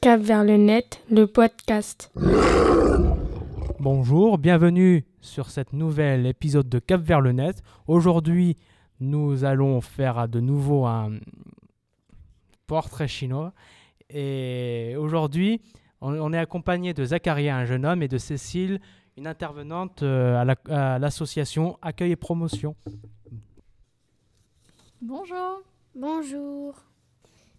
Cap vers le net, le podcast. Bonjour, bienvenue sur cette nouvelle épisode de Cap vers le net. Aujourd'hui, nous allons faire à de nouveau un portrait chinois. Et aujourd'hui, on, on est accompagné de Zacharia, un jeune homme, et de Cécile, une intervenante euh, à la- à l'association Accueil et Promotion. Bonjour. Bonjour.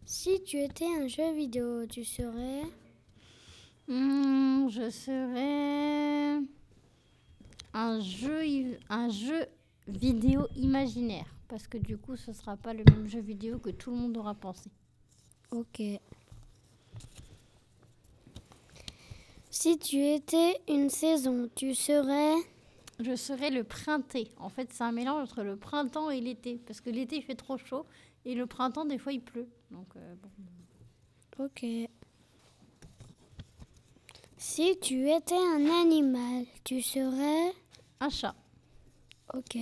Si tu étais un jeu vidéo, tu serais Hmm, je serai un jeu, i- un jeu vidéo imaginaire. Parce que du coup, ce sera pas le même jeu vidéo que tout le monde aura pensé. OK. Si tu étais une saison, tu serais Je serai le printé. En fait, c'est un mélange entre le printemps et l'été. Parce que l'été, il fait trop chaud. Et le printemps, des fois, il pleut. Donc, euh, bon. OK. Si tu étais un animal, tu serais Un chat. OK.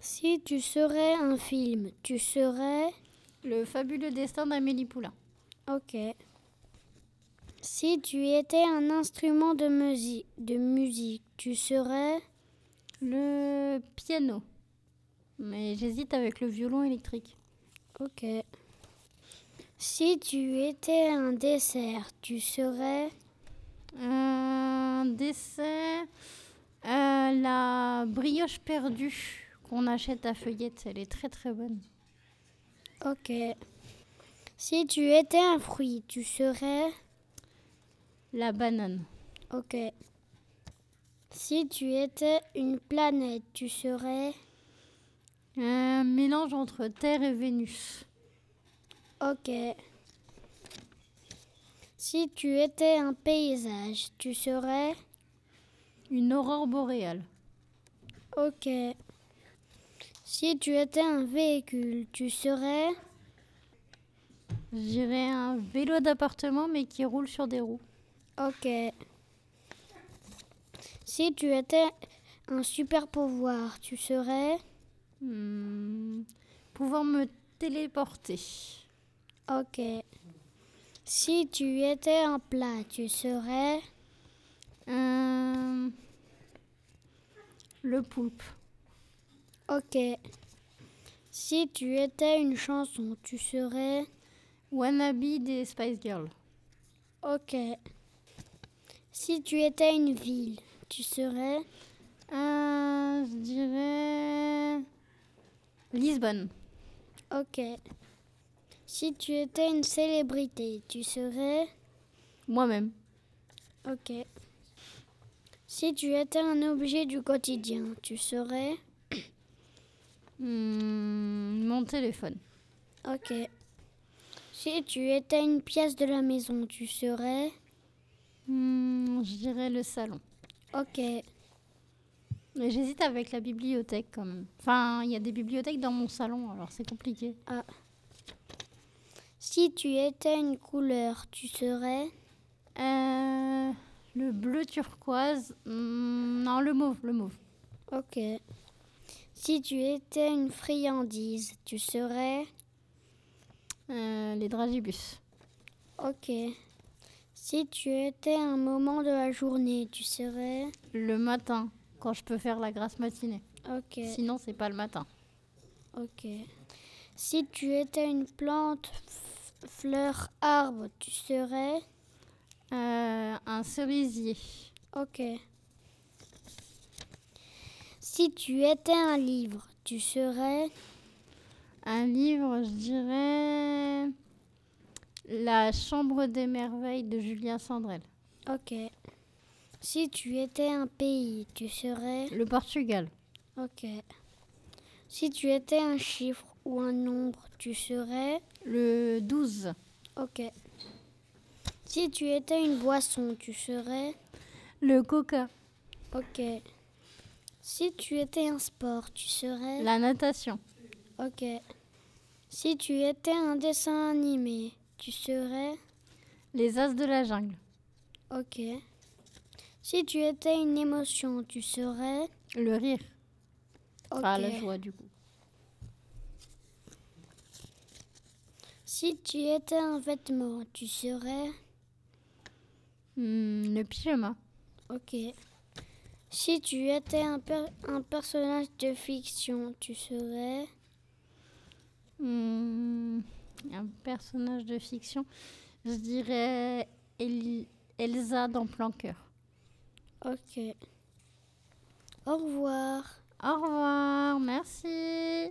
Si tu serais un film, tu serais Le fabuleux destin d'Amélie Poulain. OK. Si tu étais un instrument de musique, de musique, tu serais Le piano. Mais j'hésite avec le violon électrique. Ok. Si tu étais un dessert, tu serais Un dessert, euh, la brioche perdue qu'on achète à Feuillette, elle est très très bonne. Ok. Si tu étais un fruit, tu serais La banane, Ok. Si tu étais une planète, tu serais un mélange entre Terre et Vénus. Ok. Si tu étais un paysage, tu serais Une aurore boréale, Ok. Si tu étais un véhicule, tu serais je dirais un vélo d'appartement mais qui roule sur des roues. Ok. Si tu étais un super pouvoir, tu serais Hmm, pouvoir me téléporter. Ok. Si tu étais un plat, tu serais Euh, le poulpe, Ok. Si tu étais une chanson, tu serais wannabe des Spice Girls. Ok. Si tu étais une ville, tu serais Euh, je dirais Lisbonne. Ok. Si tu étais une célébrité, tu serais Moi-même. Ok. Si tu étais un objet du quotidien, tu serais Hmm, mon téléphone. Ok. Si tu étais une pièce de la maison, tu serais Hmm, je dirais le salon. Ok. Mais j'hésite avec la bibliothèque quand même. Enfin, il y a des bibliothèques dans mon salon, alors c'est compliqué. Si tu étais une couleur, tu serais Euh, le bleu turquoise. hmm, non, le mauve, le mauve. Ok. Si tu étais une friandise, tu serais Euh, les dragibus. Ok. Si tu étais un moment de la journée, tu serais Le matin, quand je peux faire la grasse matinée. Ok. Sinon, c'est pas le matin. Ok. Si tu étais une plante, f- fleur, arbre, tu serais Euh, un cerisier. Ok. Si tu étais un livre, tu serais Un livre, je dirais La Chambre des Merveilles de Julien Sandrel. Ok. Si tu étais un pays, tu serais Le Portugal. Ok. Si tu étais un chiffre ou un nombre, tu serais Le 12. Ok. Si tu étais une boisson, tu serais Le Coca. Ok. Si tu étais un sport, tu serais La natation. Ok. Si tu étais un dessin animé, Tu serais. Les As de la jungle. Ok. Si tu étais une émotion, tu serais. Le rire. Ok. Enfin, la joie, du coup. si tu étais un vêtement, tu serais. Hmm, le pyjama. Ok. Si tu étais un, per- un personnage de fiction, tu serais. Hmm, un personnage de fiction. Je dirais El- Elsa dans Plan Cœur. Ok. Au revoir. Au revoir, merci.